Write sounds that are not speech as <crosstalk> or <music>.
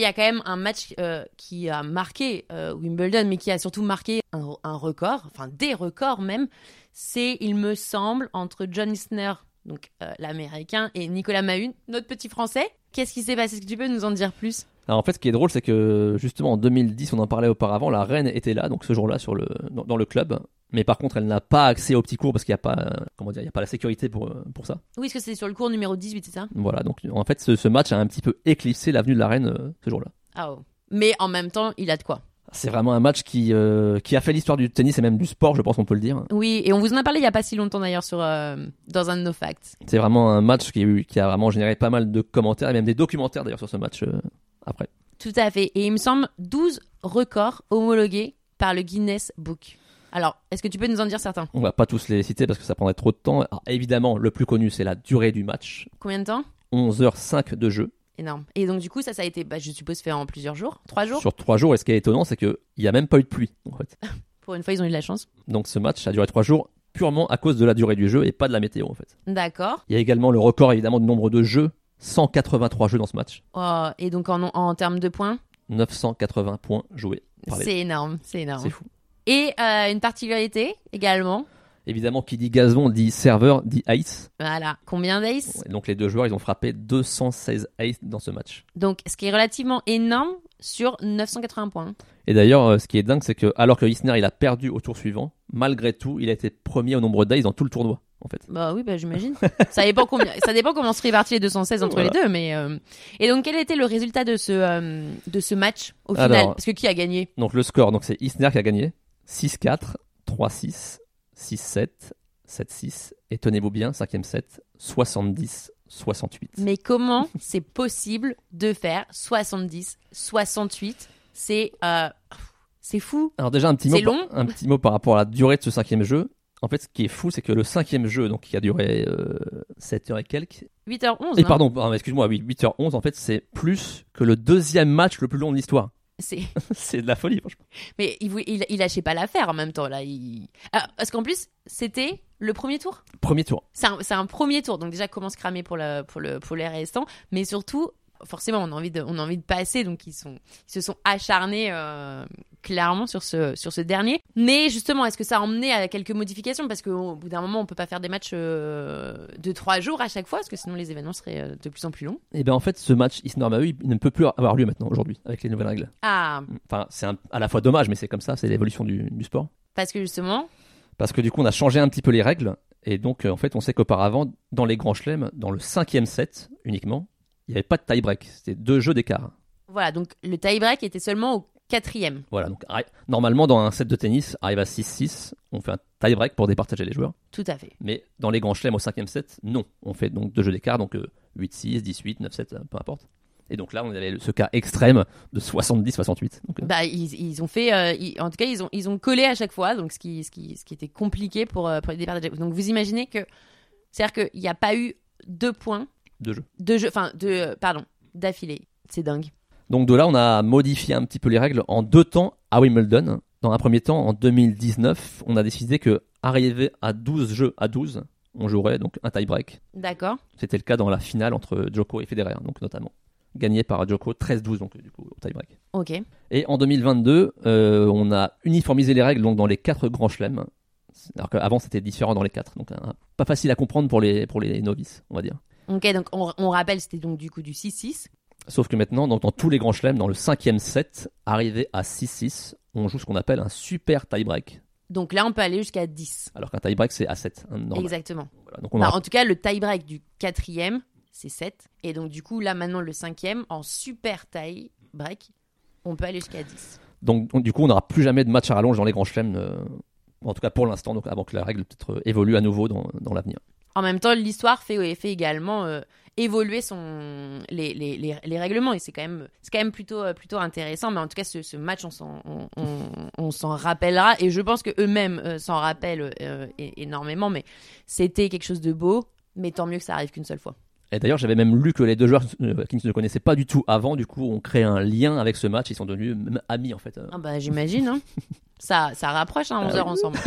Il y a quand même un match euh, qui a marqué euh, Wimbledon, mais qui a surtout marqué un, un record, enfin des records même. C'est, il me semble, entre John Isner, donc euh, l'américain, et Nicolas Mahut, notre petit français. Qu'est-ce qui s'est passé Est-ce que tu peux nous en dire plus Alors en fait, ce qui est drôle, c'est que justement en 2010, on en parlait auparavant, la reine était là, donc ce jour-là, sur le, dans, dans le club. Mais par contre, elle n'a pas accès aux petits cours parce qu'il n'y a pas, euh, comment dire, il y a pas la sécurité pour, euh, pour ça. Oui, est-ce que c'est sur le cours numéro 18, c'est ça Voilà, donc en fait, ce, ce match a un petit peu éclipsé l'avenue de la reine euh, ce jour-là. Ah oh. Mais en même temps, il a de quoi. C'est vraiment un match qui, euh, qui a fait l'histoire du tennis et même du sport, je pense qu'on peut le dire. Oui, et on vous en a parlé il n'y a pas si longtemps d'ailleurs sur euh, dans un de nos facts. C'est vraiment un match qui, a eu- qui a vraiment généré pas mal de commentaires et même des documentaires d'ailleurs sur ce match euh, après. Tout à fait. Et il me semble 12 records homologués par le Guinness Book. Alors, est-ce que tu peux nous en dire certains On va pas tous les citer parce que ça prendrait trop de temps. Alors, évidemment, le plus connu, c'est la durée du match. Combien de temps 11h05 de jeu Énorme. Et donc du coup, ça, ça a été, bah, je suppose, fait en plusieurs jours, trois jours. sur 3 jours. Et ce qui est étonnant, c'est qu'il n'y a même pas eu de pluie. En fait. Pour une fois, ils ont eu de la chance. Donc ce match a duré 3 jours purement à cause de la durée du jeu et pas de la météo en fait. D'accord. Il y a également le record évidemment du nombre de jeux. 183 jeux dans ce match. Oh, et donc en, en termes de points, 980 points joués. par les- c'est énorme, c'est énorme. C'est fou. Et euh, une particularité également. Évidemment, qui dit gazon dit serveur dit ice. Voilà. Combien d'aces Donc les deux joueurs, ils ont frappé 216 ice dans ce match. Donc, ce qui est relativement énorme sur 980 points. Et d'ailleurs, euh, ce qui est dingue, c'est que alors que Isner il a perdu au tour suivant, malgré tout, il a été premier au nombre d'ice dans tout le tournoi en fait. Bah oui, bah j'imagine. <laughs> ça, dépend combien, ça dépend comment se répartit les 216 entre les deux. Mais, euh, Et donc, quel était le résultat de ce, euh, de ce match au final Alors- Parce que qui a gagné Donc le score, donc c'est Isner qui a gagné 6-4, 3-6, 6-7, 7-6 et tenez-vous bien, cinquième set 70 68. Mais comment <laughs> c'est possible de faire 70, 68 C'est euh, c'est fou. Alors déjà un petit mot C'est par- long. un petit mot par rapport à la durée de ce cinquième jeu. En fait, ce qui est fou, c'est que le cinquième jeu, donc qui a duré 7 heures et quelques, 8h11. et non pardon, pardon, excuse-moi, oui, 8h11, en fait, c'est plus que le deuxième match le plus long de l'histoire. C'est- <laughs> c'est de la folie, franchement. Mais il, vou- il, il lâchait pas l'affaire en même temps. là. Il... Ah, parce qu'en plus, c'était le premier tour Premier tour. C'est un, c'est un premier tour, donc déjà comment se cramer pour le pour le pour les restants, mais surtout forcément on a envie de on a envie de passer, donc ils sont ils se sont acharnés euh, clairement sur ce sur ce dernier. Mais justement, est-ce que ça a emmené à quelques modifications parce qu'au bout d'un moment on peut pas faire des matchs euh, de trois jours à chaque fois parce que sinon les événements seraient euh, de plus en plus longs. Et bien Eh ben, en fait, ce match Isner Mahu, il ne peut plus avoir lieu maintenant, aujourd'hui, avec les nouvelles règles. Ah Enfin, c'est un- à la fois dommage, mais c'est comme ça, c'est l'évolution du, du sport. parce que justement Parce que du coup, on a changé un petit peu les règles, et donc euh, en fait, on sait qu'auparavant, dans les grands chelems, dans le cinquième set uniquement, il n'y avait pas de tie-break, c'était deux jeux d'écart. voilà donc le tie break était seulement au quatrième. Voilà, donc arri- normalement, dans un set de tennis, arrive à 6-6, on fait un tie-break pour départager les joueurs. Tout à fait. Mais dans les grands chelems au cinquième set, non. On fait donc deux jeux d'écart, donc euh, 8-6, 18, 9-7, euh, peu importe. Et donc là, on avait le- ce cas extrême de 70-68. Donc, euh, Bah, ils, ils ont fait, euh, ils- en tout cas, ils ont, ils ont collé à chaque fois, donc ce qui, ce qui, ce qui était compliqué pour, euh, pour les départager. Donc vous imaginez que, c'est-à-dire qu'il n'y a pas eu deux points, deux jeux. de jeu, enfin, de, euh, pardon, d'affilée. C'est dingue. Donc de là, on a modifié un petit peu les règles en deux temps à Wimbledon. Dans un premier temps, en 2019, on a décidé que arrivé à 12 jeux à 12, on jouerait donc un tie-break. D'accord. C'était le cas dans la finale entre Djoko et Federer, donc notamment. Gagné par Djoko 13-12, donc du coup au tie-break. Ok. Et en 2022, euh, on a uniformisé les règles donc dans les quatre grands chelems. Alors qu'avant c'était différent dans les quatre, donc hein, pas facile à comprendre pour les, pour les novices, on va dire. Ok, donc on, on rappelle, c'était donc du coup du 6-6. Sauf que maintenant, donc, dans tous les grands chelems, dans le cinquième set, arrivé à 6-6, on joue ce qu'on appelle un super tie-break. Donc là, on peut aller jusqu'à 10. Alors qu'un tie-break c'est à 7. hein, normal. Exactement. Voilà. Donc on Enfin, aura- en tout cas, le tie-break du quatrième, c'est 7. Et donc du coup, là maintenant, le cinquième, en super tie-break, on peut aller jusqu'à 10. donc, on- du coup, on n'aura plus jamais de match à rallonge dans les grands chelems, euh, en tout cas pour l'instant, donc avant que la règle peut-être euh, évolue à nouveau dans, dans l'avenir. En même temps, l'histoire fait, fait également euh, évoluer son, les, les, les, les règlements et c'est quand même, c'est quand même plutôt, euh, plutôt intéressant. Mais en tout cas, ce, ce match, on s'en, on, on- on s'en rappellera et je pense que eux-mêmes euh, s'en rappellent euh, é- énormément. Mais c'était quelque chose de beau, mais tant mieux que ça arrive qu'une seule fois. Et d'ailleurs, j'avais même lu que les deux joueurs euh, qui ne se connaissaient pas du tout avant, du coup, ont créé un lien avec ce match. Ils sont devenus même amis, en fait. euh. Ah bah j'imagine. hein. ça, ça rapproche hein, 11 heures ensemble.